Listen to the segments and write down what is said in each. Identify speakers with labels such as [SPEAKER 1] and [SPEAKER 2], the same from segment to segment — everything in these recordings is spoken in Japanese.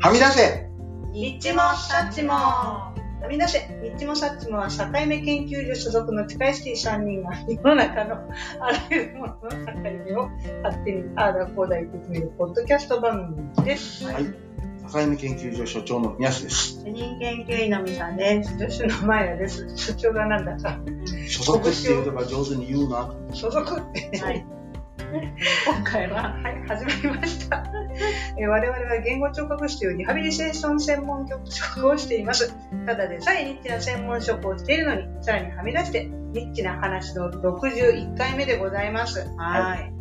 [SPEAKER 1] はみ出せ
[SPEAKER 2] ニッチもサッチもはみ出せニッチもサッチもは境目研究所所属の近いスティ3人が世の中のあらゆるものの境目を勝手にああだこうだ言って決めるポッドキャスト番組です。
[SPEAKER 1] はい。境目研究所所長の宮下です。
[SPEAKER 2] 主任研究員のみさんです。女子の前です。所長がなんだか、
[SPEAKER 1] 所属しているとか上手に言うな。
[SPEAKER 2] 所属って、
[SPEAKER 3] はい
[SPEAKER 2] 今回は、はい、始まりました。えー我々は言語聴覚士というリハビリテーション専門職をしています。ただでさえニッチな専門職をしているのに、さらにはみ出して、ニッチな話の61回目でございます。
[SPEAKER 3] はい。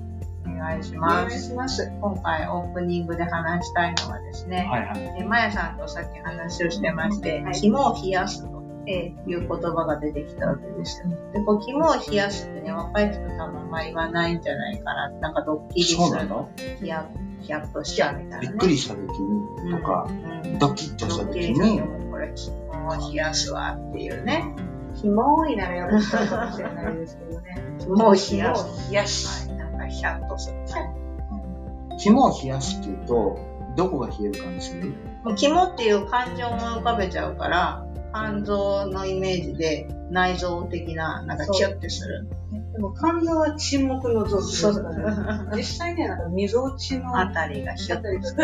[SPEAKER 3] お願いし
[SPEAKER 2] お願
[SPEAKER 3] ま
[SPEAKER 2] い
[SPEAKER 3] す。
[SPEAKER 2] します。
[SPEAKER 3] 今回オープニングで話したいのはですね、
[SPEAKER 1] はいはい。
[SPEAKER 3] えまやさんとさっき話をしてまして、
[SPEAKER 2] はい
[SPEAKER 3] 肝を冷やすと
[SPEAKER 2] え
[SPEAKER 3] いう言葉が出てきたわけですよ。で、こう肝を冷やすってね、若い人多分あんま言わないんじゃないかな。なんかドッキリす
[SPEAKER 1] そうな
[SPEAKER 3] るの、
[SPEAKER 1] の
[SPEAKER 3] ヒヤッ、ヒヤッとしちゃうみたい
[SPEAKER 1] びっ
[SPEAKER 3] な、
[SPEAKER 1] く
[SPEAKER 3] ね。
[SPEAKER 1] りした時にとか、
[SPEAKER 3] うん
[SPEAKER 1] ドキッとし
[SPEAKER 3] ド
[SPEAKER 1] た
[SPEAKER 3] ッ
[SPEAKER 1] 時
[SPEAKER 3] キリする
[SPEAKER 1] に
[SPEAKER 3] の、もこれ肝を冷やすわっていうね。
[SPEAKER 2] ー、キモいならよろしかったかもしれないですけど ね。
[SPEAKER 3] 肝を冷やす。
[SPEAKER 2] 肝を冷やし。
[SPEAKER 3] はい、なんかヒヤッとする。
[SPEAKER 1] 肝を冷やすっていうと、どこが冷える感じする
[SPEAKER 3] もう肝っていう感情を思い浮かべちゃうから、肝臓のイメージで内臓的な、なんかキュッてする。
[SPEAKER 2] でも肝臓は沈黙の臓器ですからね。
[SPEAKER 3] あ
[SPEAKER 2] 実際ね、なんかみぞおちのあ
[SPEAKER 3] たりがキュッ
[SPEAKER 2] たりとか、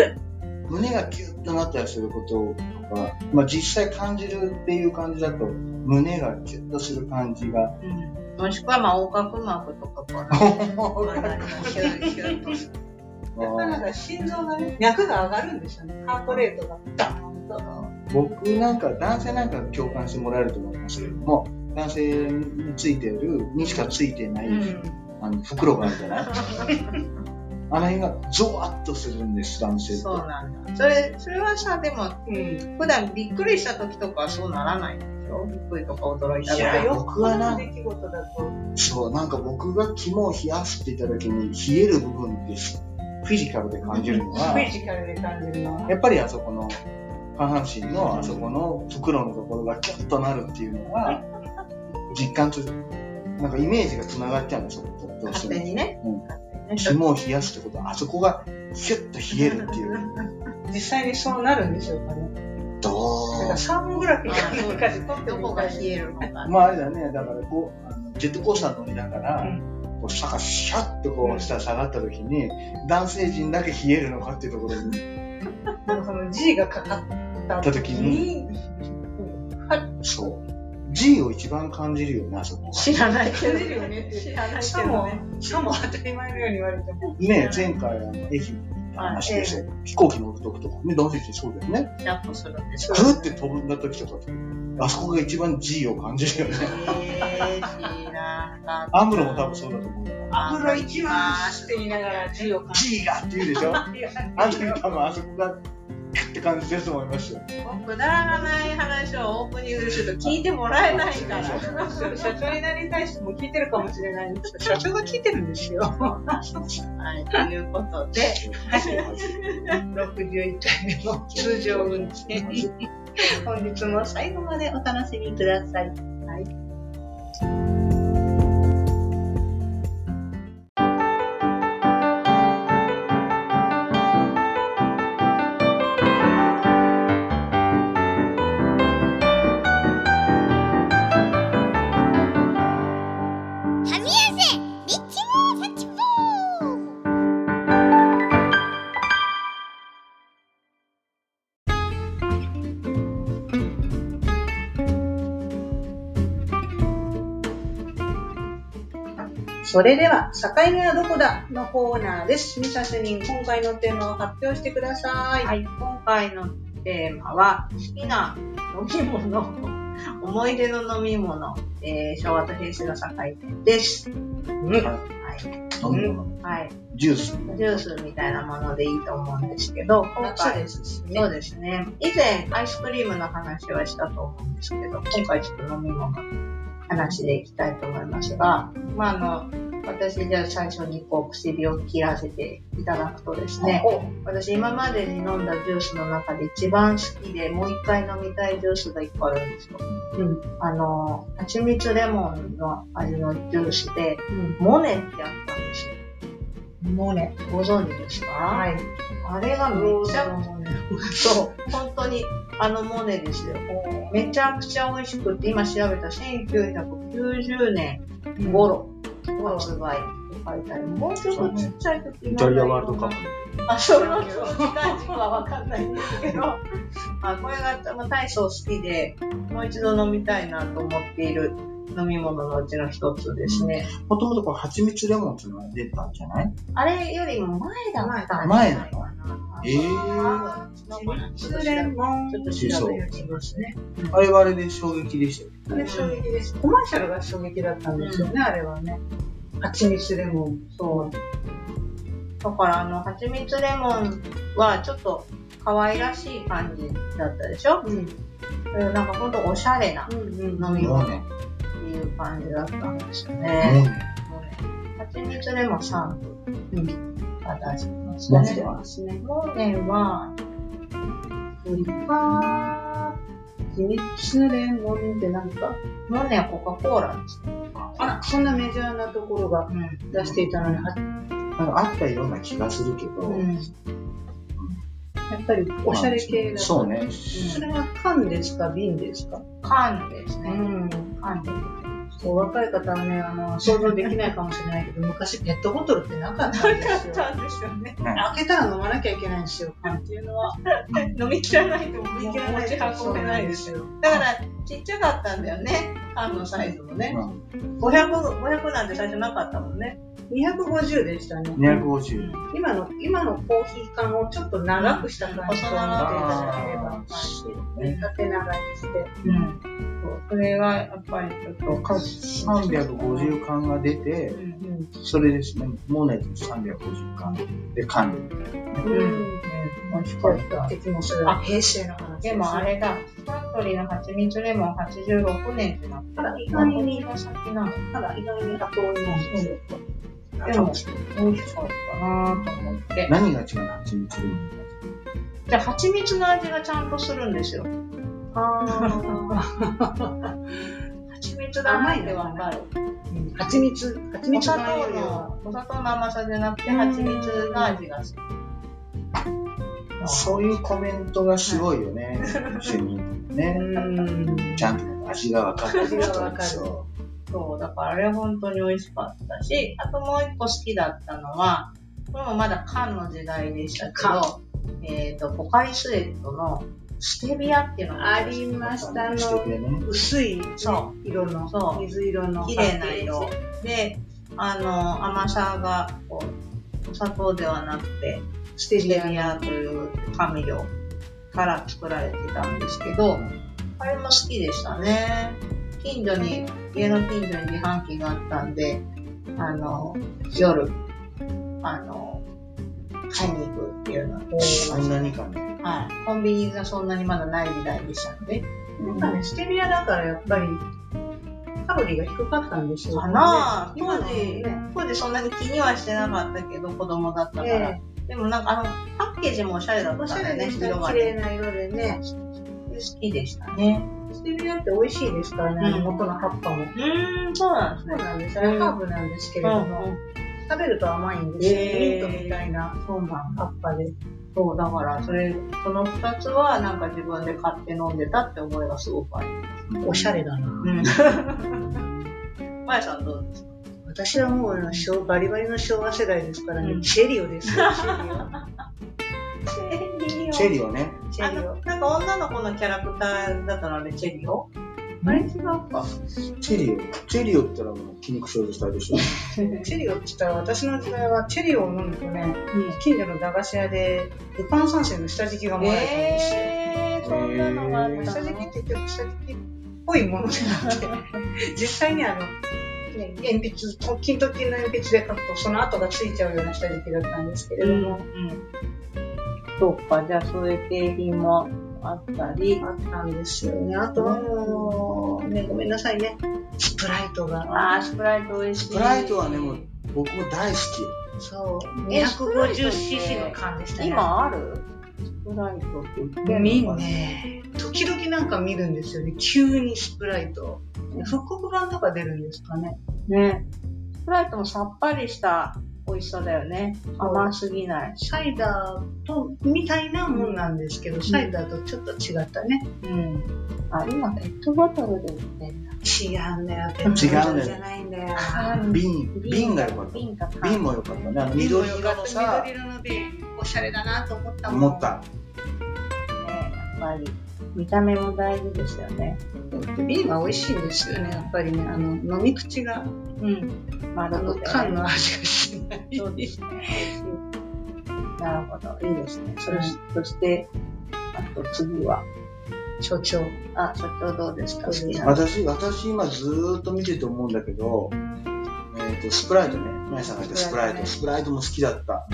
[SPEAKER 1] 胸がキュッとなったりすることとか、まあ、実際感じるっていう感じだと、胸がキュッとする感じ が、
[SPEAKER 3] うんもしくは、まあ、横隔膜とか、こう、なんかキュッキュッとする。
[SPEAKER 2] なんか心臓がね、脈が上がるんですよね。ハートレートがダーンと。
[SPEAKER 1] 僕なんか男性なんか共感してもらえると思いますけども男性についてるにしかついてない、
[SPEAKER 3] うん
[SPEAKER 1] あの袋があるじゃないあの辺がゾワッとするんです男性って
[SPEAKER 3] そうなんだ。それ、それはさ、でも、
[SPEAKER 2] うん。
[SPEAKER 3] 普段びっくりした時とかはそうならないでしょびっくりとか驚い
[SPEAKER 2] だか
[SPEAKER 3] たとか。
[SPEAKER 1] い
[SPEAKER 2] ら
[SPEAKER 1] や
[SPEAKER 2] よっ
[SPEAKER 1] 僕
[SPEAKER 2] ぽど
[SPEAKER 1] はな
[SPEAKER 2] の出来事だと、
[SPEAKER 1] そうなんか僕が肝を冷やすって言った時に冷える部分ですフィジカルで感じるのは
[SPEAKER 2] フィジカルで感じるのは。
[SPEAKER 1] やっぱりあそこの下半身のあそこの袋のところがキュッとなるっていうのは実感となんかイメージがつながっちゃうんですよどうして
[SPEAKER 3] 勝
[SPEAKER 1] も
[SPEAKER 3] 手にね。
[SPEAKER 1] うん
[SPEAKER 3] 勝手にね。
[SPEAKER 1] 肝を冷やすってことはあそこがキュッと冷えるっていう
[SPEAKER 2] 実際にそうなるんでしょうかね。
[SPEAKER 1] ど
[SPEAKER 2] だからサーモグラフィーかなんかで撮って
[SPEAKER 3] ど
[SPEAKER 2] み
[SPEAKER 3] こ
[SPEAKER 2] た
[SPEAKER 3] が
[SPEAKER 2] い
[SPEAKER 3] 冷える のか。
[SPEAKER 1] まああれだねだからこうあのジェットコースター乗りながら、
[SPEAKER 2] う
[SPEAKER 1] こうシャカシャッとこう下下がった時に男性陣だけ冷えるのかっていうところに
[SPEAKER 2] なんかその G がかかった
[SPEAKER 1] た時に、そう G を一番感じるよねあそこ
[SPEAKER 3] 知らないけ
[SPEAKER 2] 感
[SPEAKER 3] ど
[SPEAKER 2] じるよねって。
[SPEAKER 3] 知らない
[SPEAKER 2] し
[SPEAKER 3] け
[SPEAKER 2] か
[SPEAKER 3] ど
[SPEAKER 2] も
[SPEAKER 3] ね。、
[SPEAKER 2] しかも当たり前のように言われても、
[SPEAKER 1] ね前回あの愛媛に行った話でしたよ飛行機乗る時とかね男性陣そうだよね
[SPEAKER 3] キャッとするんです
[SPEAKER 1] ふーって飛んだ時とかってあそこが一番 G を感じるよね
[SPEAKER 3] えー、知らんかった。
[SPEAKER 1] アムロも多分そうだと思うよ
[SPEAKER 2] アムロ行きますって言いながら G を感じ
[SPEAKER 1] G がって言う でしょ
[SPEAKER 2] る。
[SPEAKER 1] あの時多分あそこがキュッて感じてると思いますよ。
[SPEAKER 3] くだらない話をオープニングでちょっと聞いてもらえないから。
[SPEAKER 2] 社長になりたい人も聞いてるかもしれないんですけど、社長が聞いてるんですよ。
[SPEAKER 3] はい、ということで、
[SPEAKER 2] 61回目の通常運転。本日も最後までお楽しみください。はい。それでは、境目はどこだのコーナーです。ミサ主任、今回のテーマを発表してください。
[SPEAKER 3] はい、今回のテーマは、好きな飲み物、思い出の飲み物、えー昭和と平成の境目です。
[SPEAKER 2] うん
[SPEAKER 3] はい、
[SPEAKER 1] 飲み物
[SPEAKER 3] はい、
[SPEAKER 1] ジュース。
[SPEAKER 3] ジュースみたいなものでいいと思うんですけど、今
[SPEAKER 2] 夏
[SPEAKER 3] 回、
[SPEAKER 2] ですしね
[SPEAKER 3] そうですね。以前、アイスクリームの話はしたと思うんですけど、今回ちょっと飲み物の話でいきたいと思いますが、まあ、あの、私じゃあ最初にこう薬を切らせていただくとですね、
[SPEAKER 2] お
[SPEAKER 3] 私今までに飲んだジュースの中で一番好きでもう一回飲みたいジュースが一個あるんですよ。
[SPEAKER 2] うん
[SPEAKER 3] あの、蜂蜜レモンの味のジュースで、
[SPEAKER 2] うん
[SPEAKER 3] モネってあったんですよ。
[SPEAKER 2] モネ。
[SPEAKER 3] ご存知ですか、
[SPEAKER 2] はい。
[SPEAKER 3] あれがめちゃ
[SPEAKER 2] モネ。
[SPEAKER 3] そう、本当にあのモネですよ。めちゃくちゃ美味しくって、今調べた1990年頃発売って書いてある。もうちょっとちっちゃい時
[SPEAKER 1] イタリアワールドカップ。
[SPEAKER 3] あ、その時間軸はわかんないんですけど、 あこれが、まあ、体操好きで、もう一度飲みたいなと思っている飲み物のうちの一つですね。
[SPEAKER 1] もともとこれ蜂蜜レモンっていうのが出たんじゃない
[SPEAKER 3] あれよりも前だったんじゃ
[SPEAKER 1] 前
[SPEAKER 3] な
[SPEAKER 1] ないの
[SPEAKER 3] かな。
[SPEAKER 1] えー。
[SPEAKER 3] ちょっと
[SPEAKER 2] ス
[SPEAKER 3] 調べ
[SPEAKER 2] レモン
[SPEAKER 3] ちょっと調べてみますね。
[SPEAKER 1] あれはあれで衝撃でしたよ。
[SPEAKER 2] あれ衝撃です。コマーシャルが衝撃だったんですよね、あれはね。蜂蜜レモン。
[SPEAKER 3] そう。だからあの、蜂蜜レモンはちょっと可愛らしい感じだったでしょ
[SPEAKER 2] うん。
[SPEAKER 3] うんなんかほんとおしゃれな
[SPEAKER 2] うんうん。
[SPEAKER 3] 飲み
[SPEAKER 1] も
[SPEAKER 3] 物
[SPEAKER 1] う
[SPEAKER 3] っ
[SPEAKER 1] ね、
[SPEAKER 3] ていう感じだったんですよ
[SPEAKER 1] もう
[SPEAKER 3] ね。
[SPEAKER 1] ね、
[SPEAKER 3] もうね蜂蜜レモン3
[SPEAKER 2] う
[SPEAKER 3] 分が出してまし
[SPEAKER 1] マ
[SPEAKER 3] た
[SPEAKER 1] ジで
[SPEAKER 3] ね。モーネは、売りか、
[SPEAKER 2] 蜂蜜レモンってなんか、
[SPEAKER 3] モーネはコカ・コーラですね。
[SPEAKER 2] あら、そんなメジャーなところが
[SPEAKER 3] うん
[SPEAKER 2] 出していたのに、は
[SPEAKER 1] なんかあったような気がするけど、
[SPEAKER 3] うん。
[SPEAKER 2] やっぱりおしゃれ系
[SPEAKER 1] ま
[SPEAKER 2] な。
[SPEAKER 1] あそうね。
[SPEAKER 2] それは缶ですか、瓶ですか
[SPEAKER 3] 缶ですね。
[SPEAKER 2] ん。
[SPEAKER 3] 缶で。
[SPEAKER 2] そう若い方はね、あの、想像できないかもしれないけど、昔ペットボトルってなかったんですよ。
[SPEAKER 3] んですよね。
[SPEAKER 1] ね
[SPEAKER 2] 開けたら飲まなきゃいけないんですよ、缶っていうのは。
[SPEAKER 3] 飲み切らないと
[SPEAKER 2] い
[SPEAKER 3] 持
[SPEAKER 2] けない
[SPEAKER 3] ち運べないですよ。
[SPEAKER 2] よ。
[SPEAKER 3] だから、ちっちゃかったんだよね。缶のサイズもね。
[SPEAKER 1] うん
[SPEAKER 3] 500、500なんて最初なかったもんね。
[SPEAKER 2] 250でしたね。
[SPEAKER 1] 250。
[SPEAKER 2] 今の、今のコーヒー缶をちょっと長くした感じと思っていただければ
[SPEAKER 1] あ、あ、
[SPEAKER 2] はい
[SPEAKER 1] そうね。
[SPEAKER 2] 縦長にして。
[SPEAKER 3] うん。そう。それが、やっぱりちょっと、か
[SPEAKER 1] 350巻が出て
[SPEAKER 3] う、ん。
[SPEAKER 2] うん。
[SPEAKER 1] それですね、モネと350巻で缶で。
[SPEAKER 3] うん。
[SPEAKER 2] う
[SPEAKER 3] う
[SPEAKER 2] んん。
[SPEAKER 3] 美味しかった。
[SPEAKER 2] 的もそれは平成の話
[SPEAKER 3] でもあれだ、サントリーの蜂蜜レモン86年ってなったら、
[SPEAKER 2] 意外に
[SPEAKER 3] が先なの。
[SPEAKER 2] ただ意外に後追いなんですよ。
[SPEAKER 3] でも、美味しかったなぁと思って。
[SPEAKER 1] 何が違うの蜂蜜レモン
[SPEAKER 3] じゃあ、蜂蜜の味がちゃんとするんですよ。
[SPEAKER 2] あ
[SPEAKER 3] 蜂蜜だなってわかる。
[SPEAKER 2] あ。蜂蜜、蜂
[SPEAKER 3] お
[SPEAKER 2] 蜜
[SPEAKER 3] 砂
[SPEAKER 2] の
[SPEAKER 3] 糖
[SPEAKER 2] よりは。
[SPEAKER 3] の、お砂糖の甘さじゃなくて、蜂蜜の味がする。
[SPEAKER 1] そういうコメントがすごいよね。主任とかね。
[SPEAKER 2] うん。
[SPEAKER 1] ちゃんと味が分かってる
[SPEAKER 2] 味が
[SPEAKER 1] 人
[SPEAKER 2] 分かる
[SPEAKER 1] そ
[SPEAKER 3] そう、だからあれ本当に美味しかったし、あともう一個好きだったのは、これもまだ缶の時代でしたけど、えっ、と、ポカリスエットのステビアっていうのが
[SPEAKER 2] ありま
[SPEAKER 1] う。
[SPEAKER 2] した
[SPEAKER 1] の。
[SPEAKER 2] の。
[SPEAKER 1] ね。
[SPEAKER 2] 薄い
[SPEAKER 3] そ
[SPEAKER 2] 色の、
[SPEAKER 3] そう
[SPEAKER 2] 水色の。
[SPEAKER 3] 綺麗な色。で、あの、甘さが、こう、お砂糖ではなくて、
[SPEAKER 2] ス
[SPEAKER 3] ス
[SPEAKER 2] テ
[SPEAKER 3] テ
[SPEAKER 2] リア
[SPEAKER 3] ビ
[SPEAKER 2] に。
[SPEAKER 3] アという甘料から作られてたんですけど、あれも好きでしたね。近所に、家の近所に自販機があったんで、あの、夜、あの、買いに行くっていうのを
[SPEAKER 1] そんなにかね。
[SPEAKER 3] はい。コンビニがそんなにまだない時代でしたので、
[SPEAKER 2] なんかね、ステビアだからやっぱり、カロリーが低かったんですよ。
[SPEAKER 3] かなぁ、
[SPEAKER 2] 今
[SPEAKER 3] 当
[SPEAKER 2] の
[SPEAKER 3] 時、
[SPEAKER 2] ね
[SPEAKER 3] 当時そんなに気にはしてなかったけど、子供だったか
[SPEAKER 2] え
[SPEAKER 3] ら。
[SPEAKER 2] え
[SPEAKER 3] でもなんかあの、パッケージもおしゃれだった
[SPEAKER 2] おしゃ
[SPEAKER 3] んだ
[SPEAKER 2] れ
[SPEAKER 3] よね、
[SPEAKER 2] でした。綺麗
[SPEAKER 3] ね。
[SPEAKER 2] な色でね。
[SPEAKER 3] 好きでしたね。
[SPEAKER 2] ステビアって美味しいですからね、あの
[SPEAKER 3] うん
[SPEAKER 2] 元の葉っぱも。
[SPEAKER 3] うーん、そうなんです
[SPEAKER 2] そうなんです。
[SPEAKER 3] ね。うん
[SPEAKER 2] ハーブなんですけれ
[SPEAKER 3] う
[SPEAKER 2] ど
[SPEAKER 3] ん
[SPEAKER 2] も、
[SPEAKER 3] うん
[SPEAKER 2] 食べると甘いんですよ。ミ
[SPEAKER 3] へ
[SPEAKER 2] ン
[SPEAKER 3] ー
[SPEAKER 2] トみたいな
[SPEAKER 3] そうなんだ。
[SPEAKER 2] 葉っぱで。
[SPEAKER 3] そう、だから、それ、その二つは、なんか自分で買って飲んでたって思いがすごくある。
[SPEAKER 2] おしゃれだな。
[SPEAKER 3] うん。まやさんどうですか
[SPEAKER 2] 私はもうあの昭バリバリの昭和世代ですからね、
[SPEAKER 3] うん
[SPEAKER 2] チェリオですよ、チェ
[SPEAKER 3] チェリ
[SPEAKER 1] チェリオね。
[SPEAKER 2] リオ。チ
[SPEAKER 3] あ
[SPEAKER 2] ェリ
[SPEAKER 3] の、
[SPEAKER 2] オ。
[SPEAKER 3] なんか女の子のキャラクターだったので、チェリオあれ違うか。
[SPEAKER 1] チェリオ。チェリオって言ったらもう筋肉症状したで しょ。
[SPEAKER 2] チェリオって言ったら私の時代はチェリオを飲むとね、近所の駄菓子屋で、ルパン三世の下敷きがもらえたんですよ。
[SPEAKER 3] えー、そんなのがあったの
[SPEAKER 2] 下敷きって結局下敷きっぽいものでな くて、実際にあの、ね、鉛筆、金と金の鉛筆で書くとその跡がついちゃうような下敷きだったんですけれども、
[SPEAKER 3] うん。そうか、じゃあそういう景品もあったり、
[SPEAKER 2] あったんですよね。あとはもう、ね、ごめんなさいね、スプライトが。
[SPEAKER 3] あー、スプライト美味しい。
[SPEAKER 1] スプライトはね、もう僕も大好
[SPEAKER 2] そう。
[SPEAKER 3] えスプライトって
[SPEAKER 2] 250cc の缶でしたね。
[SPEAKER 3] 今あるスプライトって言って
[SPEAKER 2] で
[SPEAKER 3] る
[SPEAKER 2] もいい
[SPEAKER 3] のかな
[SPEAKER 2] ね。時々なんか見るんですよね。急にスプライト。復刻版とか出るんですかね。
[SPEAKER 3] ね。スプライトもさっぱりした美味しそうだよね。甘すぎない。
[SPEAKER 2] シャイダーと、みたいなもんなんですけど、シャイダーとちょっと違ったね。
[SPEAKER 3] うん。あ、今ペットボトルで売ってんだ。
[SPEAKER 2] 違うんだよ。
[SPEAKER 1] 違うんだよ
[SPEAKER 2] ペットボトルじゃないんだよ。
[SPEAKER 1] 瓶、瓶が良かった。
[SPEAKER 3] 瓶が
[SPEAKER 1] 瓶も良かったね。あの緑色のさ、
[SPEAKER 2] 緑色の瓶、おしゃれだなと思ったもん。
[SPEAKER 1] 思った。
[SPEAKER 3] ね、やっぱり見た目も大事ですよね。
[SPEAKER 2] 瓶は美味しいんですよね、やっぱりね。あの、飲み口が、
[SPEAKER 3] うん。
[SPEAKER 2] あ
[SPEAKER 3] 丸
[SPEAKER 2] の、
[SPEAKER 3] くて。
[SPEAKER 2] 缶の味がしない。
[SPEAKER 3] そうですね。なるほど。いいですね。それしそして、あと次は、
[SPEAKER 2] 所長。
[SPEAKER 3] あ、所長どうですか好きなの
[SPEAKER 1] 私、私今ずーっと見てて思うんだけど、えっ、と、スプライトね。マヤさんが言ったスプライト。スプライトも好きだった。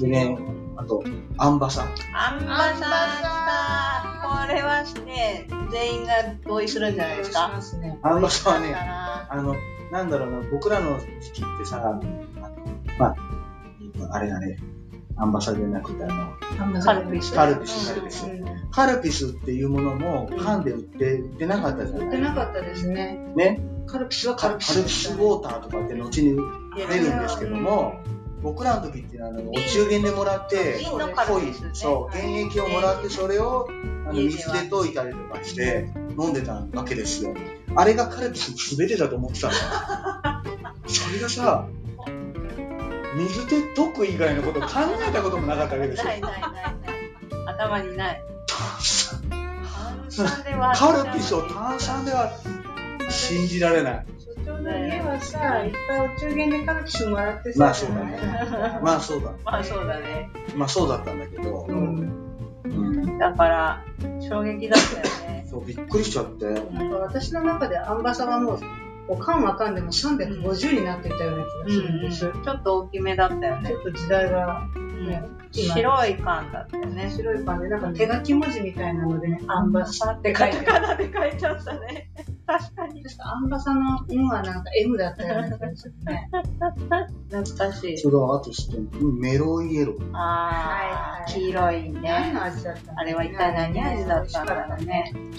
[SPEAKER 1] でね、あと、アンバサ。
[SPEAKER 3] アンバサーさん、これはして、全員が同意するんじゃないです
[SPEAKER 2] し
[SPEAKER 3] か。
[SPEAKER 2] ますね。
[SPEAKER 1] アンバサは
[SPEAKER 3] だ
[SPEAKER 1] ね、
[SPEAKER 3] な
[SPEAKER 1] あの、なんだろうな、僕らの時期ってさ、あのまあ、えーとあれだね、アンバサじゃなくて、あの、
[SPEAKER 3] カルピス。
[SPEAKER 1] カルピス
[SPEAKER 3] うん
[SPEAKER 1] カルピス
[SPEAKER 3] うん
[SPEAKER 1] カルピスっていうものも缶で売って、売ってなかったじゃ
[SPEAKER 2] 売っ
[SPEAKER 1] な
[SPEAKER 2] て
[SPEAKER 1] い
[SPEAKER 2] なかったですね。
[SPEAKER 1] ね。
[SPEAKER 2] カルピスは
[SPEAKER 1] カ
[SPEAKER 2] カル
[SPEAKER 1] ル
[SPEAKER 2] ピ
[SPEAKER 1] ピ
[SPEAKER 2] ス。
[SPEAKER 1] スウォーターとかって後に出るんですけども、僕らの時っていうのはあのお中元でもらって
[SPEAKER 3] 瓶のカルピスね
[SPEAKER 1] 濃いそう原液をもらってそれをあの
[SPEAKER 3] 家で
[SPEAKER 1] 水
[SPEAKER 3] は
[SPEAKER 1] で溶いたりとかして飲んでたわけですよあれがカルピスの全てだと思ってたんだそれがさ水で溶く以外のこと考えたこともなかったわけですよ
[SPEAKER 3] ないないないない。頭にない。炭酸で割っちゃう
[SPEAKER 1] カルピスを炭酸では信じられない
[SPEAKER 2] 所長の家はさ、いっぱいお中元でカルピスもらってさ、
[SPEAKER 1] まあそうだねまあそうだ
[SPEAKER 3] まあそうだね。
[SPEAKER 1] まあそうだったんだけど、
[SPEAKER 2] うん。
[SPEAKER 1] うん
[SPEAKER 3] だから、衝撃だったよね。
[SPEAKER 1] そうびっくりしちゃって
[SPEAKER 2] なんか私の中でアンバサはもう、おかんはかんでも350になっていたような気がするんです。
[SPEAKER 3] ちょっと大きめだったよ
[SPEAKER 2] ち
[SPEAKER 3] ね。
[SPEAKER 2] ょっと時代が、ね今
[SPEAKER 3] 白い缶だったよね。
[SPEAKER 2] 白いパンで、なんか手書き文字みたいなのでね、アンバサって書いてある。
[SPEAKER 3] ナで書いちゃったね。確かに。
[SPEAKER 2] 確かアンバサの「うん」はなんか M だったような気がするね。
[SPEAKER 3] 懐かしい。
[SPEAKER 1] それはあとしてメロンイエロー
[SPEAKER 3] あ
[SPEAKER 2] はいは
[SPEAKER 3] ー、
[SPEAKER 2] い
[SPEAKER 3] 黄色い
[SPEAKER 2] 何
[SPEAKER 3] ね。
[SPEAKER 2] の味だったの
[SPEAKER 3] あれは一体何味だったんだろうね。
[SPEAKER 2] はい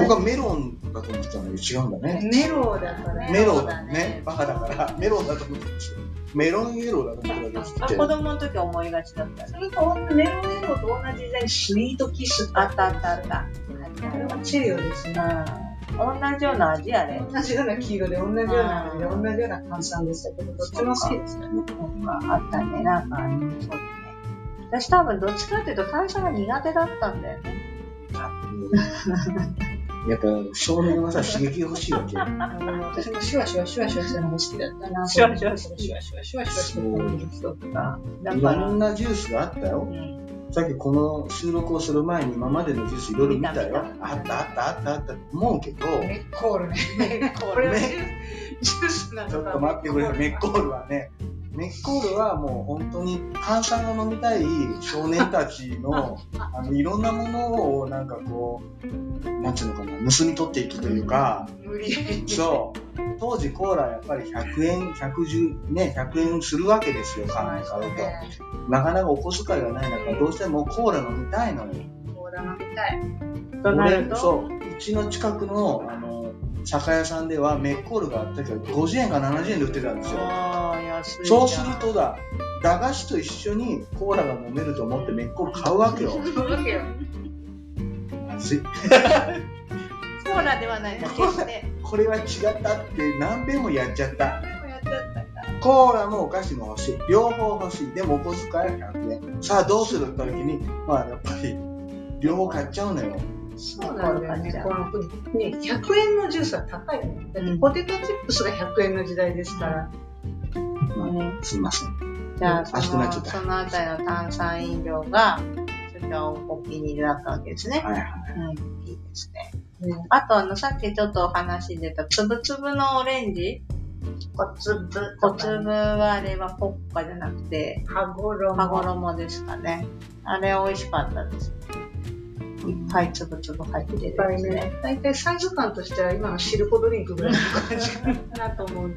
[SPEAKER 1] 僕はメロンだと思ってたのに違うんだね
[SPEAKER 2] メロウだったね。
[SPEAKER 1] メロンだねバカだからメロンだと思ってたんですよメロンイエローだと思ってたんです
[SPEAKER 3] あ
[SPEAKER 1] っ
[SPEAKER 3] 子
[SPEAKER 1] て
[SPEAKER 3] 供の時思いがちだったね。
[SPEAKER 2] それとほんとメロウエロと同じ時代にスイートキス
[SPEAKER 3] あったあったあっ
[SPEAKER 2] これは
[SPEAKER 3] た。
[SPEAKER 2] チェリオですね。
[SPEAKER 3] うん。同じような味あれ。
[SPEAKER 2] 同じような黄色で、同じような味で、同じような炭酸でしたけど、どっちも好きですね。
[SPEAKER 3] なんかあったね、なんかありそうだね。私多分どっちかっていうと炭酸が苦手だったんだよね。
[SPEAKER 1] やっぱ少年はさ刺激が欲しいわけ
[SPEAKER 2] 私もシュワシュワシュワシュワするのも好きだったな。
[SPEAKER 3] シュワシュワ
[SPEAKER 2] シュ
[SPEAKER 3] シュ
[SPEAKER 2] ワ
[SPEAKER 3] ワ
[SPEAKER 2] シ
[SPEAKER 3] シ
[SPEAKER 2] ュ
[SPEAKER 3] ュ
[SPEAKER 2] ワシュワシュワ
[SPEAKER 1] シュワシ
[SPEAKER 3] そっか。だ
[SPEAKER 1] い
[SPEAKER 3] か
[SPEAKER 1] ろ
[SPEAKER 3] ら、
[SPEAKER 1] んなジュースがあったよさっきこの収録をする前に今までのジュースいろいろ見たよ
[SPEAKER 3] 見た
[SPEAKER 1] あったあったあったあったと思うけど
[SPEAKER 2] メッコールね。メッコー
[SPEAKER 1] ル
[SPEAKER 2] ル。ジュースなのか
[SPEAKER 1] ちょっと待ってくれよメッコールはねメッコールはもう本当に炭酸が飲みたい少年たちの あのいろんなものをなんかこうなんていうのかな盗み取っていくというか、
[SPEAKER 2] 無理やり。
[SPEAKER 1] そう当時コーラやっぱり100円110ね100円するわけですよ缶で買うと、
[SPEAKER 2] ね
[SPEAKER 1] なかなかお小遣いがない中どうしてもコーラ飲みたいのに
[SPEAKER 2] コーラ飲みたい。
[SPEAKER 3] となる
[SPEAKER 1] 俺
[SPEAKER 3] と、
[SPEAKER 1] そううちの近くのあの酒屋さんではメッコールがあったけど50円か70円で売ってたんですよ
[SPEAKER 3] あー安いじゃん
[SPEAKER 1] そうするとだ、駄菓子と一緒にコーラが飲めると思ってめっこ買うわけよ。
[SPEAKER 2] 飲むけよ。
[SPEAKER 1] 熱い
[SPEAKER 3] コーラではないです。決して。
[SPEAKER 1] これは違ったって何遍もやっちゃった。
[SPEAKER 2] でもやっちゃった。
[SPEAKER 1] コーラもお菓子も欲しい。両方欲しい。でもお小遣いは100円。さあどうするって時に、まあやっぱり、両方買っちゃうのよ。
[SPEAKER 2] そうなんだよね。
[SPEAKER 3] こ
[SPEAKER 2] このね100円のジュースは高いよね。だってポテトチップスが100円の時代ですから。
[SPEAKER 3] ね
[SPEAKER 1] すいません。
[SPEAKER 3] じゃあ、
[SPEAKER 1] 熱
[SPEAKER 3] そ
[SPEAKER 1] くなっちゃ
[SPEAKER 3] の、
[SPEAKER 1] った
[SPEAKER 3] そのあたりの炭酸飲料が、それはお気に入りだったわけですね。
[SPEAKER 1] はいはい。
[SPEAKER 3] うん、いいですね。
[SPEAKER 2] ね
[SPEAKER 3] あと、あの、さっきちょっとお話に出た、つぶつぶのオレンジ。
[SPEAKER 2] 小粒
[SPEAKER 3] 小
[SPEAKER 2] 小
[SPEAKER 3] 粒
[SPEAKER 2] 粒。
[SPEAKER 3] はあれはポッカじゃなくて、
[SPEAKER 2] 羽衣。
[SPEAKER 3] 羽衣ですかね。あれ美味しかったです。いっぱいつぶつぶ入って
[SPEAKER 2] いっ
[SPEAKER 3] る
[SPEAKER 2] ぱ
[SPEAKER 3] で
[SPEAKER 2] い
[SPEAKER 3] す
[SPEAKER 2] ね
[SPEAKER 3] ね。。
[SPEAKER 2] 大体サイズ感としては今のシルコドリンクぐらいの感じかなと思う。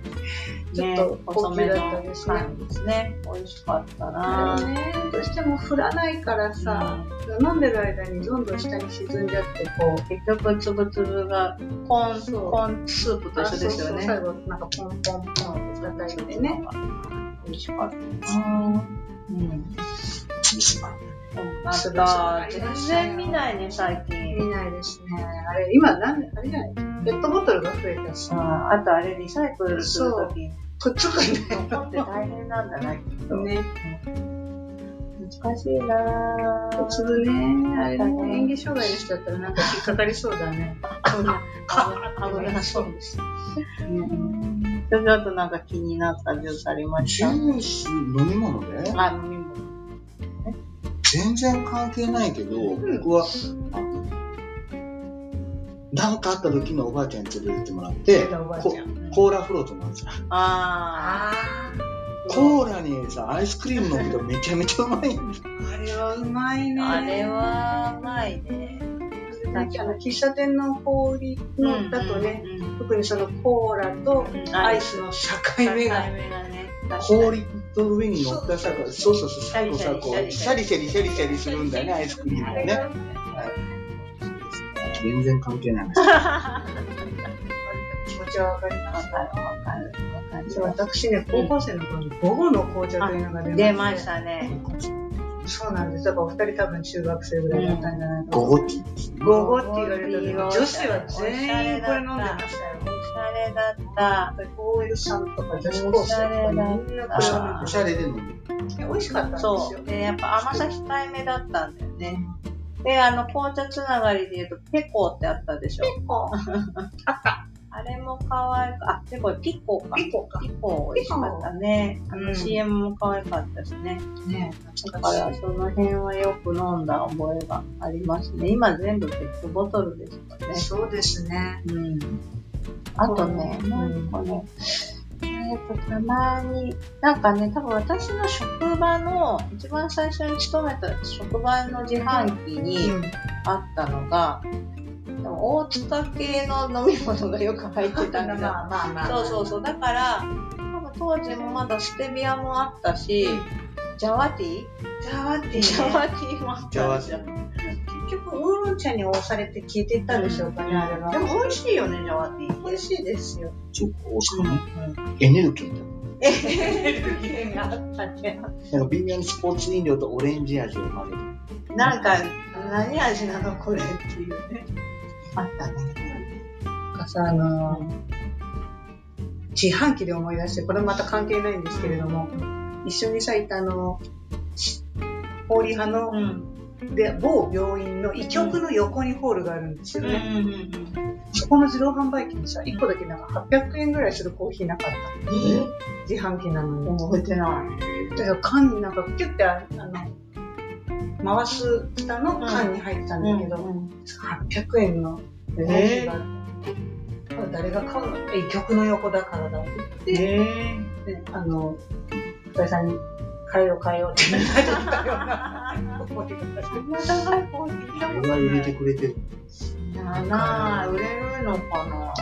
[SPEAKER 2] ちょっと高級だったですね。
[SPEAKER 3] 感じですね。美味しかった
[SPEAKER 2] あ
[SPEAKER 3] な
[SPEAKER 2] れね、どうしても振らないからさ、飲んでる間にどんどん下に沈んじゃって、こう。
[SPEAKER 3] 結局つぶつぶがコー
[SPEAKER 2] そう
[SPEAKER 3] ン、コーンスープと一緒ですよ
[SPEAKER 2] あそう
[SPEAKER 3] ね。
[SPEAKER 2] そう最後、なんかポンポンポンって叩いてね。
[SPEAKER 3] 美味しかったなうん。
[SPEAKER 1] つぶすな。
[SPEAKER 3] あとだ、全然見ないね、最近。
[SPEAKER 2] 見ないですね。あれ、今、なんあれじゃないペットボトルが増えたし、
[SPEAKER 3] ああとあれ、リサイクルするとき、
[SPEAKER 2] くっつくんだよ。
[SPEAKER 3] 残って大変なんだな、きっと。
[SPEAKER 2] ね。
[SPEAKER 3] 難しいなぁ。
[SPEAKER 2] つぶね、あれだね。演技障害の人だったらなんか引っかかりそうだね。
[SPEAKER 3] 危ない危ない
[SPEAKER 2] そうです。
[SPEAKER 3] うんちょっとなんか気になったジュースありまし
[SPEAKER 1] ジ
[SPEAKER 3] た
[SPEAKER 1] ュース、飲み物で
[SPEAKER 3] あ、飲み物。
[SPEAKER 1] 全然関係ないけど、
[SPEAKER 2] ん
[SPEAKER 1] 僕は、あのなんかあった時のおばあちゃんに連れてってもらって、
[SPEAKER 2] おばあ
[SPEAKER 1] こ
[SPEAKER 2] ちゃん。
[SPEAKER 1] コーラフロートなんですよ。
[SPEAKER 3] あ
[SPEAKER 2] あ
[SPEAKER 3] ー。
[SPEAKER 1] コーラにさ、アイスクリーム飲むとめちゃめちゃうまいん ですよ。
[SPEAKER 2] あ、あれはうまいね。
[SPEAKER 3] あれは、うまいね。
[SPEAKER 2] なんかあの喫茶店の氷のだとね、
[SPEAKER 3] うんうん
[SPEAKER 2] 特にそのコーラと
[SPEAKER 3] うん、
[SPEAKER 2] アイスの
[SPEAKER 3] 境
[SPEAKER 2] 境目
[SPEAKER 3] 目が
[SPEAKER 2] が。
[SPEAKER 3] ね。確かに
[SPEAKER 1] 氷の上に乗ったさ、そうそうそう、最後さ、こう、シ
[SPEAKER 3] シ
[SPEAKER 1] ャ
[SPEAKER 3] ャ
[SPEAKER 1] リ
[SPEAKER 3] リ
[SPEAKER 1] シャリシャリシャリするんだよね、アイスクリーム
[SPEAKER 2] あ
[SPEAKER 1] は
[SPEAKER 2] れ
[SPEAKER 1] ね。
[SPEAKER 2] が
[SPEAKER 1] 全然関係ない。
[SPEAKER 2] 気持ちはわかりま
[SPEAKER 3] わ
[SPEAKER 2] す。
[SPEAKER 3] かるわかるわかるわか
[SPEAKER 2] 私ね、高校生の頃に午後の紅茶というのが
[SPEAKER 3] る。
[SPEAKER 2] 出
[SPEAKER 3] 出
[SPEAKER 2] ま
[SPEAKER 3] ま
[SPEAKER 2] し。
[SPEAKER 3] したたね。
[SPEAKER 2] そうなんです。だからお二人多分中学生ぐらいだったんじゃないか
[SPEAKER 1] ゴ
[SPEAKER 2] な。
[SPEAKER 1] ゴティ
[SPEAKER 2] 午後って言われた時、女子は全員これ飲んでましたよ。
[SPEAKER 3] おしゃれだった。
[SPEAKER 2] OL さんとか女子高生とかみんなこ
[SPEAKER 1] お
[SPEAKER 2] れ
[SPEAKER 1] し
[SPEAKER 2] を
[SPEAKER 1] ゃ
[SPEAKER 2] 飲
[SPEAKER 1] お
[SPEAKER 2] ん
[SPEAKER 1] しゃれで飲む。
[SPEAKER 2] でて美味しかったんですよ
[SPEAKER 3] そ。う。で、やっぱ甘さ控えめだったんだよね。で、あの、紅茶つながりで言うと、ペコってあったでしょ。あれも可愛く、あ、ペコ、ピコか。
[SPEAKER 2] ピコか
[SPEAKER 3] ピコ美味しかったね。あ
[SPEAKER 2] う
[SPEAKER 3] の、
[SPEAKER 2] ん
[SPEAKER 3] CM も可愛かったしね。
[SPEAKER 2] ね
[SPEAKER 3] だから、その辺はよく飲んだ覚えがありますね。今全部ペットボトルですからね。
[SPEAKER 2] そうですね。
[SPEAKER 3] うん。あとね、
[SPEAKER 2] うん
[SPEAKER 3] なんかね、えーと、たまに、なんかね、多分私の職場の、一番最初に勤めた職場の自販機にあったのが、大塚系の飲み物がよく入ってたんですよ。
[SPEAKER 2] まあまあまあ。
[SPEAKER 3] そうそうそう。だから、多分当時もまだステビアもあったし、ジャワティ
[SPEAKER 2] ジャワティーね、
[SPEAKER 3] ジャワティもあったんですよ。で
[SPEAKER 2] 結局ウーロン茶に押されて消えていったんでしょうかね、あれは。
[SPEAKER 3] も美味しいよね、ジャワティ。
[SPEAKER 2] 美味しいですよ。
[SPEAKER 1] そう、大阪ね。エネルギーみたいな。
[SPEAKER 3] エネルギーがあったね。
[SPEAKER 1] なんか微妙にスポーツ飲料とオレンジ味を混ぜ
[SPEAKER 3] なんか、何味なのこれっていうね。あったね。
[SPEAKER 2] なんかさ、あの自販機で思い出して、これまた関係ないんですけれども、一緒にさ、いたあの、しホーリー派の、
[SPEAKER 3] ん。
[SPEAKER 2] で、某病院の医局の横にホールがあるんです
[SPEAKER 3] う
[SPEAKER 2] よ
[SPEAKER 3] ん
[SPEAKER 2] ね。そこの自動販売機にさ、1個だけなんか800円ぐらいするコーヒーなかった。
[SPEAKER 1] て。
[SPEAKER 2] 自販機なのに。
[SPEAKER 3] 覚えて ない。
[SPEAKER 2] だから缶になんかキュッてあの回す蓋の缶に入ってたんだけど、800円のレジがあって、これ誰が買うのえ曲の横だからだって言って、
[SPEAKER 3] え
[SPEAKER 2] であの二人さんに「買えよう買えよう」って言われたような思いが
[SPEAKER 3] そんな高いコーヒー見た
[SPEAKER 1] こ
[SPEAKER 3] こと
[SPEAKER 1] れは
[SPEAKER 3] ない。
[SPEAKER 1] 入れてくれてる。
[SPEAKER 3] なな売れるのかな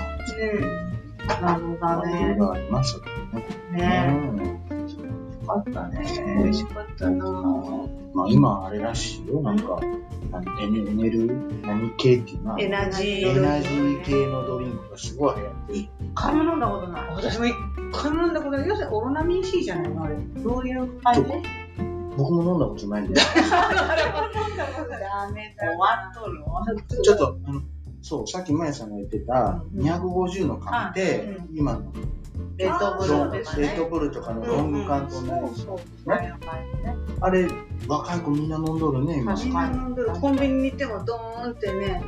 [SPEAKER 3] 謎だね。
[SPEAKER 1] がありますよ
[SPEAKER 3] ね
[SPEAKER 1] ね。
[SPEAKER 3] よかった
[SPEAKER 2] ね
[SPEAKER 3] ね。
[SPEAKER 2] 美味しかったなぁ
[SPEAKER 1] まあ今あれらしいよ。なんか、あのエネエネル、何系っていうのは
[SPEAKER 2] エナジー
[SPEAKER 1] エナジー系のドリンクがすごい流行ってる。
[SPEAKER 3] 一回も飲んだことない。
[SPEAKER 2] 私も一回も飲んだことない要するにオロナミン C じゃないのあれどういう
[SPEAKER 3] あ
[SPEAKER 1] れ ね僕も飲んだことないんで。
[SPEAKER 2] ダメ
[SPEAKER 3] 終わっとるわ。
[SPEAKER 1] ちょっと、あのそう、さっきまやさんが言ってた250の缶って、今の
[SPEAKER 3] レッドブル
[SPEAKER 1] ロン
[SPEAKER 3] ー
[SPEAKER 1] レ
[SPEAKER 3] とかね。
[SPEAKER 1] ッドブルとかのロング缶と
[SPEAKER 3] うんう
[SPEAKER 1] 同
[SPEAKER 3] ん
[SPEAKER 1] じ。
[SPEAKER 3] そうそう。そういう感じね
[SPEAKER 1] あれ、若い子みんな飲んどるね、今。
[SPEAKER 3] 確
[SPEAKER 2] みんな飲んでるコンビニに行ってもドーンってね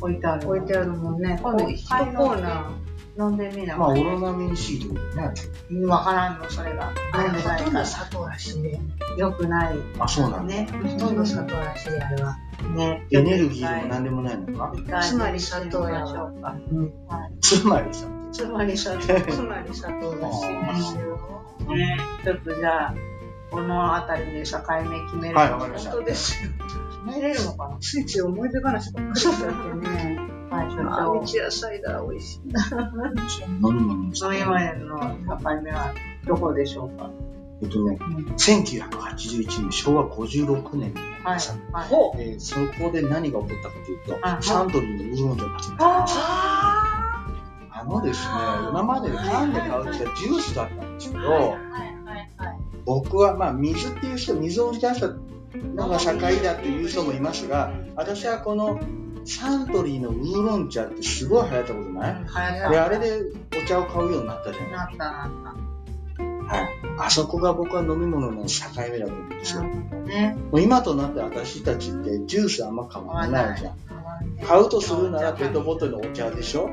[SPEAKER 3] 置いてある。
[SPEAKER 2] 置いてあるもんね。
[SPEAKER 3] 今度一
[SPEAKER 2] 一コ
[SPEAKER 3] 回飲ん
[SPEAKER 2] ー
[SPEAKER 3] で
[SPEAKER 2] ナ
[SPEAKER 3] 飲んでみない。
[SPEAKER 1] まあ、オロナミン C ってことね。
[SPEAKER 3] うんわからんの、それが。
[SPEAKER 2] ー。あれ、ほとんど砂糖らしいね。
[SPEAKER 3] よくない。
[SPEAKER 1] あ、そうなんだ。
[SPEAKER 3] ね。
[SPEAKER 2] ほとんど砂糖らしい、あれは。
[SPEAKER 3] ね。
[SPEAKER 1] エネルギーでも何でもないのか。
[SPEAKER 2] つまり砂糖や
[SPEAKER 3] でしょうか。
[SPEAKER 1] つまりさ、
[SPEAKER 3] つまり砂糖。
[SPEAKER 2] つまり砂糖らしいですよ。
[SPEAKER 3] ね。ちょっとじゃあ、このあたりで境目決める。
[SPEAKER 1] はいわかりました
[SPEAKER 2] 本当ですよ。
[SPEAKER 3] 決めれるのかな
[SPEAKER 2] ついつい思い出話ばっかりしちゃってね。
[SPEAKER 3] はい、所
[SPEAKER 2] あ、
[SPEAKER 3] 長。
[SPEAKER 2] 道野菜だ、美味しい。
[SPEAKER 1] 飲み物です
[SPEAKER 3] その今への境目はどこでしょうか
[SPEAKER 1] えっとね、1981年、昭和56年。
[SPEAKER 3] はい。はい。
[SPEAKER 2] ほ
[SPEAKER 1] えーそこで何が起こったかというと、
[SPEAKER 3] あ
[SPEAKER 1] サントリーのウーロン茶が始まった。
[SPEAKER 2] あ
[SPEAKER 1] あのですね、今まで缶で買うってジュースだったんですけど、
[SPEAKER 3] はいはいはい。
[SPEAKER 1] 僕は、まあ、水っていう人、水を売り出したのが境だっていう人もいますが、私はこのサントリーのウーロン茶ってすごい流行ったことない
[SPEAKER 3] 早
[SPEAKER 1] で、
[SPEAKER 3] か
[SPEAKER 1] あれでお茶を買うようになったじゃない
[SPEAKER 3] なったなっ
[SPEAKER 1] あそこが僕は飲み物の境目だと思うんです
[SPEAKER 3] た。
[SPEAKER 1] よ。
[SPEAKER 3] な
[SPEAKER 1] も
[SPEAKER 3] るほどね。
[SPEAKER 1] う今となって私たちってジュースあんま買わないじゃん。
[SPEAKER 3] 変わんね
[SPEAKER 1] 買うとするならペットボトルのお茶でしょ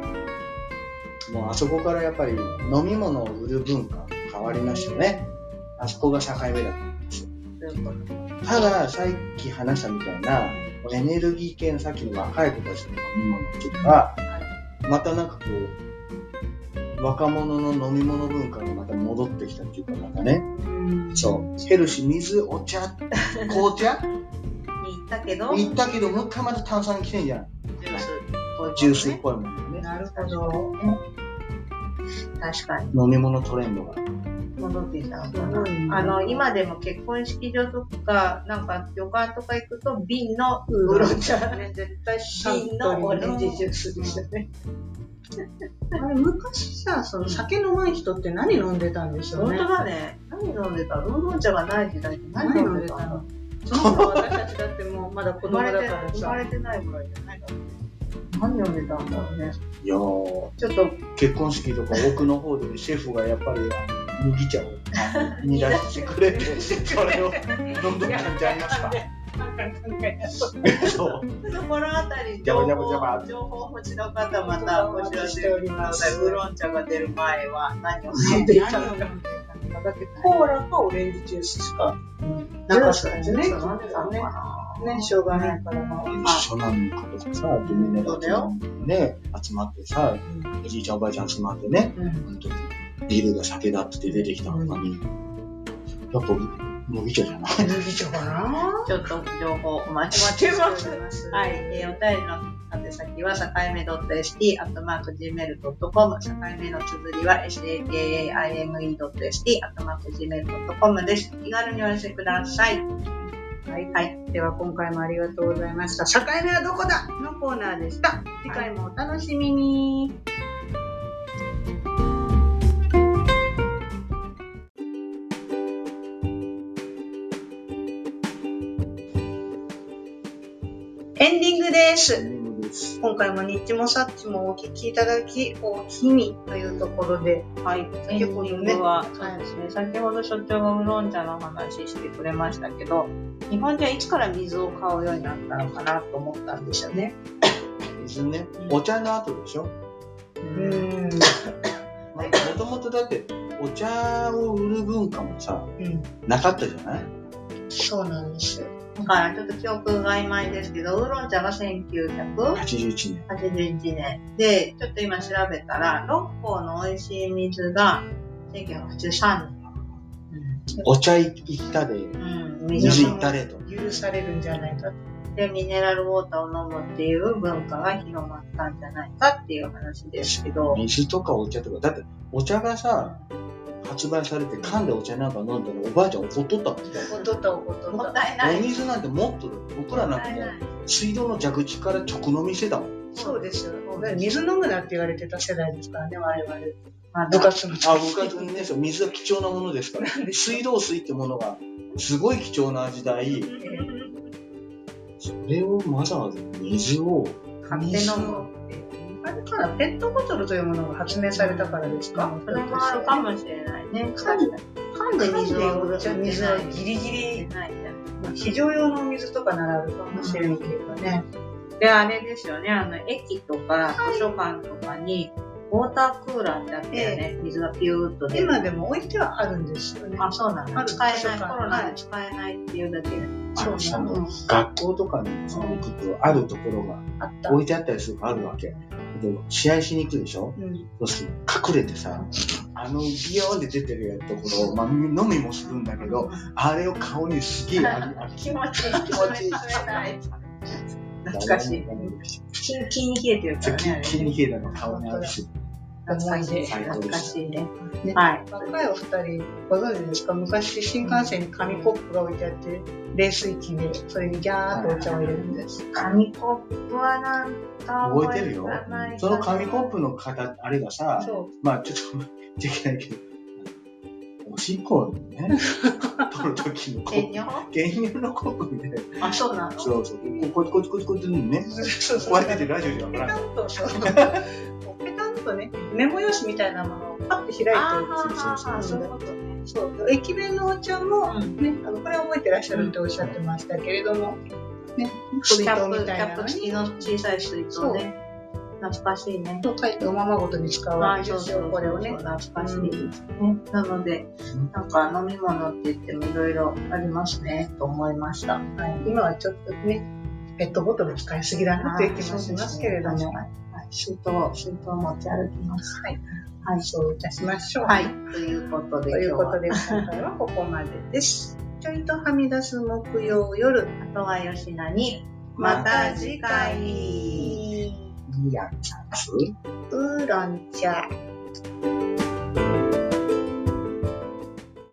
[SPEAKER 1] もうあそこからやっぱり飲み物を売る文化変わりましたね。あそこが境目だ。
[SPEAKER 3] そういうこと
[SPEAKER 1] ただ、さっき話したみたいな、エネルギー系のさっきの若い子たちの飲み物っていうのは、またなんかこう、若者の飲み物文化がまた戻ってきたっていうか、なんかね、そう、ヘルシー、水、お 茶、紅茶
[SPEAKER 3] に行ったけど、
[SPEAKER 1] 言ったけど、もう一回また炭酸来てんじゃん。
[SPEAKER 3] ジュースこう
[SPEAKER 1] ジュースっ
[SPEAKER 3] いうことね
[SPEAKER 1] ぽいもんね。
[SPEAKER 3] なるほど。ね確かに。
[SPEAKER 1] 飲み物トレンドが。
[SPEAKER 3] 戻ってきたのか
[SPEAKER 2] すごいね
[SPEAKER 3] な。あの、今でも結婚式場とか、なんか旅館とか行くと、瓶の
[SPEAKER 2] ウ
[SPEAKER 3] ウーロン
[SPEAKER 2] ン
[SPEAKER 3] 茶
[SPEAKER 2] 茶。
[SPEAKER 3] ね、絶対瓶のオレンジジュースでしたね。
[SPEAKER 2] あれ昔さその酒飲まん人って何飲んでたんでしょう
[SPEAKER 3] 本
[SPEAKER 2] ね
[SPEAKER 3] 当だね。何飲んでたウーロン茶がない時代って何飲んでた
[SPEAKER 2] 何飲
[SPEAKER 3] の
[SPEAKER 2] その頃私たちだってもうまだ子
[SPEAKER 3] 生
[SPEAKER 2] 供
[SPEAKER 3] ま
[SPEAKER 2] だ
[SPEAKER 3] れ
[SPEAKER 2] か
[SPEAKER 3] て
[SPEAKER 2] ら
[SPEAKER 3] 生ま
[SPEAKER 2] さ
[SPEAKER 3] れてないぐらいじゃないかな。何飲んでたんだろうね。
[SPEAKER 1] いやー、
[SPEAKER 3] ちょっと、
[SPEAKER 1] 結婚式とか奥の方 でシェフがやっぱり麦茶を煮出してくれ て、それを飲んどったんちゃいますか。そう。
[SPEAKER 3] 心当たり
[SPEAKER 1] ジャ
[SPEAKER 3] 情
[SPEAKER 1] バジャバ
[SPEAKER 3] 報
[SPEAKER 1] ジャバ
[SPEAKER 3] 情報をお持ちの方またお知らせください。ウーロン茶が出る前は何を飲んでいたのか。
[SPEAKER 2] だってコーラとオレンジジュースしかな
[SPEAKER 3] な
[SPEAKER 2] んん
[SPEAKER 3] か
[SPEAKER 2] か
[SPEAKER 3] そ
[SPEAKER 2] そううですす
[SPEAKER 3] でね。
[SPEAKER 2] ね
[SPEAKER 3] きっとね
[SPEAKER 2] ねしょうがないからな
[SPEAKER 1] 一緒なのかとかさ、ってみんな
[SPEAKER 3] そうだ
[SPEAKER 1] で
[SPEAKER 3] よ
[SPEAKER 1] ね、集まってさ、おじいちゃんおばあちゃん集まってね、
[SPEAKER 3] うん
[SPEAKER 1] 本当にビールが酒だって出てきたのに、やっぱ麦茶じゃない
[SPEAKER 2] 麦茶かな
[SPEAKER 3] ちょっと情報お待ちしております。はい。えー、お便りの宛先は、さかいめ .st、アットマーク gmail.com、さかいめの綴りは、sakaime.st、アットマーク gmail.com です。気軽にお寄せください。
[SPEAKER 2] はい、では今回もありがとうございました境目はどこだのコーナーでした次回もお楽しみに、エンディングです
[SPEAKER 1] です。
[SPEAKER 2] 今回もニッチもサッチもお聞きいただき、おきにというところで、
[SPEAKER 3] はい。結構ね、は、そうですね。先ほど所長がウーロン茶の話してくれましたけど、日本人はいつから水を買うようになったのかなと思ったんですよね。
[SPEAKER 1] ですね。お茶の後でしょ
[SPEAKER 3] うん。
[SPEAKER 1] もともとだって、お茶を売る文化もさ、
[SPEAKER 2] うん
[SPEAKER 1] なかったじゃない
[SPEAKER 2] そうなんですよ。
[SPEAKER 3] だからちょっと記憶が曖昧ですけど、ウーロン茶が1900
[SPEAKER 1] ?81 年。
[SPEAKER 3] 81年で、ちょっと今調べたら、六甲の美味しい水が1983年。
[SPEAKER 1] お茶行ったで、
[SPEAKER 3] うん、
[SPEAKER 1] 水
[SPEAKER 3] 水
[SPEAKER 1] 行ったれと。
[SPEAKER 2] 許されるんじゃないかと。
[SPEAKER 3] でミネラルウォーターを飲むっていう文化が広まったんじゃないかっていう話ですけど、
[SPEAKER 1] 水とかお茶とか、だってお茶がさ、発売されて缶でお茶なんか飲んだらおばあちゃん怒っとったもん。
[SPEAKER 2] おとったおこと
[SPEAKER 3] もっ
[SPEAKER 2] った。
[SPEAKER 3] たいな
[SPEAKER 1] お
[SPEAKER 3] い。
[SPEAKER 1] 水なんてもっとだよ僕らなんかもう水道の蛇口から直飲みしてたもん
[SPEAKER 2] そうですよ。水飲むなって言われてた世代ですからね、我々。
[SPEAKER 3] まあ
[SPEAKER 2] 部活の時。
[SPEAKER 1] あ僕はねそう水は貴重なものですから水道水ってものがすごい貴重な時代それをわざわざ水を
[SPEAKER 3] 買って飲む。
[SPEAKER 2] あれからペットボトルというものが発明されたからですか
[SPEAKER 3] それもあるかもしれないね。
[SPEAKER 2] 缶で
[SPEAKER 3] 缶で水を売るって
[SPEAKER 2] 缶で水はギリギリ
[SPEAKER 3] ないじゃん
[SPEAKER 2] 非常用のお水とか並ぶかもしれんけどね。
[SPEAKER 3] で、あれですよね、あの、駅とか図書館とかに、ウォータークーラーってあったよね、水がピューっと出る。
[SPEAKER 2] 今でも置いてはあるんですよね。
[SPEAKER 3] あ、そうなんだ。
[SPEAKER 2] ある
[SPEAKER 3] 使え
[SPEAKER 2] 図書
[SPEAKER 3] ない、
[SPEAKER 2] 館
[SPEAKER 3] コロナで使えないっていうだけで。
[SPEAKER 1] あのさ
[SPEAKER 2] そう
[SPEAKER 3] うん
[SPEAKER 1] 学校とかにさ行くとあるところが
[SPEAKER 2] あった。
[SPEAKER 1] 置いてあったりするのあるわけで試合しに行くでしょ
[SPEAKER 2] うん。
[SPEAKER 1] そうすると隠れてさあのビヨーンって出てるやつところを、まあ、飲みもするんだけどあれを顔にすげえありあり
[SPEAKER 3] 気持ちいい、気
[SPEAKER 1] 持ちいい
[SPEAKER 3] 冷たい。
[SPEAKER 2] 懐かしい。
[SPEAKER 3] キンキンに冷えてるからね。
[SPEAKER 1] 気に冷えたの顔にあるし
[SPEAKER 3] あれね懐かしい。
[SPEAKER 1] 最高
[SPEAKER 3] 懐
[SPEAKER 1] で
[SPEAKER 3] か
[SPEAKER 1] す
[SPEAKER 3] しいね。
[SPEAKER 2] ね
[SPEAKER 3] はい。
[SPEAKER 2] 若いお二人、ご存知ですか昔、新幹線に紙コップが置いてあって、冷水器で、それにギャーっとお茶を入れるんです。
[SPEAKER 3] 紙コップはなんか
[SPEAKER 1] 覚えてるよ
[SPEAKER 3] 覚えてない。
[SPEAKER 1] その紙コップの型、あれがさ、
[SPEAKER 2] そう。
[SPEAKER 1] まあちょっと言っちゃいけないけど、おしっこをね、取るときのコ
[SPEAKER 3] 原
[SPEAKER 1] ッ
[SPEAKER 3] 尿
[SPEAKER 1] プ、原油のコップで、
[SPEAKER 3] あ、そうなの
[SPEAKER 1] そうそう、こうやってこうやってこうやってこうやってね、
[SPEAKER 2] そう
[SPEAKER 1] こうやっててラジオじゃわ
[SPEAKER 2] ペ
[SPEAKER 1] から
[SPEAKER 2] タ
[SPEAKER 1] ん。
[SPEAKER 2] ンと、そう。ペタンとね、メモ用紙みたいなものをパッて開いて
[SPEAKER 3] あ
[SPEAKER 1] そうそうそう
[SPEAKER 3] ー、
[SPEAKER 2] そ
[SPEAKER 3] そ
[SPEAKER 2] い
[SPEAKER 3] うういうう
[SPEAKER 2] こ
[SPEAKER 3] こととね。
[SPEAKER 2] そう駅弁のお茶も、ね、あのこれは覚えてらっしゃるっておっしゃってましたけれども、ね、
[SPEAKER 3] キ
[SPEAKER 2] 水
[SPEAKER 3] ャ
[SPEAKER 2] 筒
[SPEAKER 3] ップ、
[SPEAKER 2] み
[SPEAKER 3] キ
[SPEAKER 2] たい
[SPEAKER 3] ャ
[SPEAKER 2] な
[SPEAKER 3] ップ
[SPEAKER 2] の
[SPEAKER 3] 付き
[SPEAKER 2] に、
[SPEAKER 3] の小さい水筒ね。懐かしいね。
[SPEAKER 2] そう書いておままごとに使うわ
[SPEAKER 3] あ、
[SPEAKER 2] け
[SPEAKER 3] そ
[SPEAKER 2] で
[SPEAKER 3] う
[SPEAKER 2] す
[SPEAKER 3] そ
[SPEAKER 2] よ、
[SPEAKER 3] う、
[SPEAKER 2] こ
[SPEAKER 3] こ
[SPEAKER 2] れ
[SPEAKER 3] れ
[SPEAKER 2] を
[SPEAKER 3] を
[SPEAKER 2] ね
[SPEAKER 3] ね、。懐かしいですね。なので、なんか飲み物って言ってもいろいろありますね、と思いました。はい。
[SPEAKER 2] 今はちょっとね、ペットボトル使いすぎだなという気もしますけれども、
[SPEAKER 3] はい。水筒、水筒持ち歩きます。
[SPEAKER 2] はい。
[SPEAKER 3] はい。
[SPEAKER 2] そういたしましょう。
[SPEAKER 3] はい。ということで、
[SPEAKER 2] ということ
[SPEAKER 3] 今
[SPEAKER 2] で、今回はここまでです。ちょいとはみ出す木曜夜、
[SPEAKER 3] 日は、あとは吉菜に、
[SPEAKER 1] ま
[SPEAKER 3] ま
[SPEAKER 2] た
[SPEAKER 3] た
[SPEAKER 2] 次
[SPEAKER 3] 次
[SPEAKER 2] 回
[SPEAKER 3] 回。
[SPEAKER 1] いや、チャンス
[SPEAKER 2] ウーロン茶。
[SPEAKER 3] 「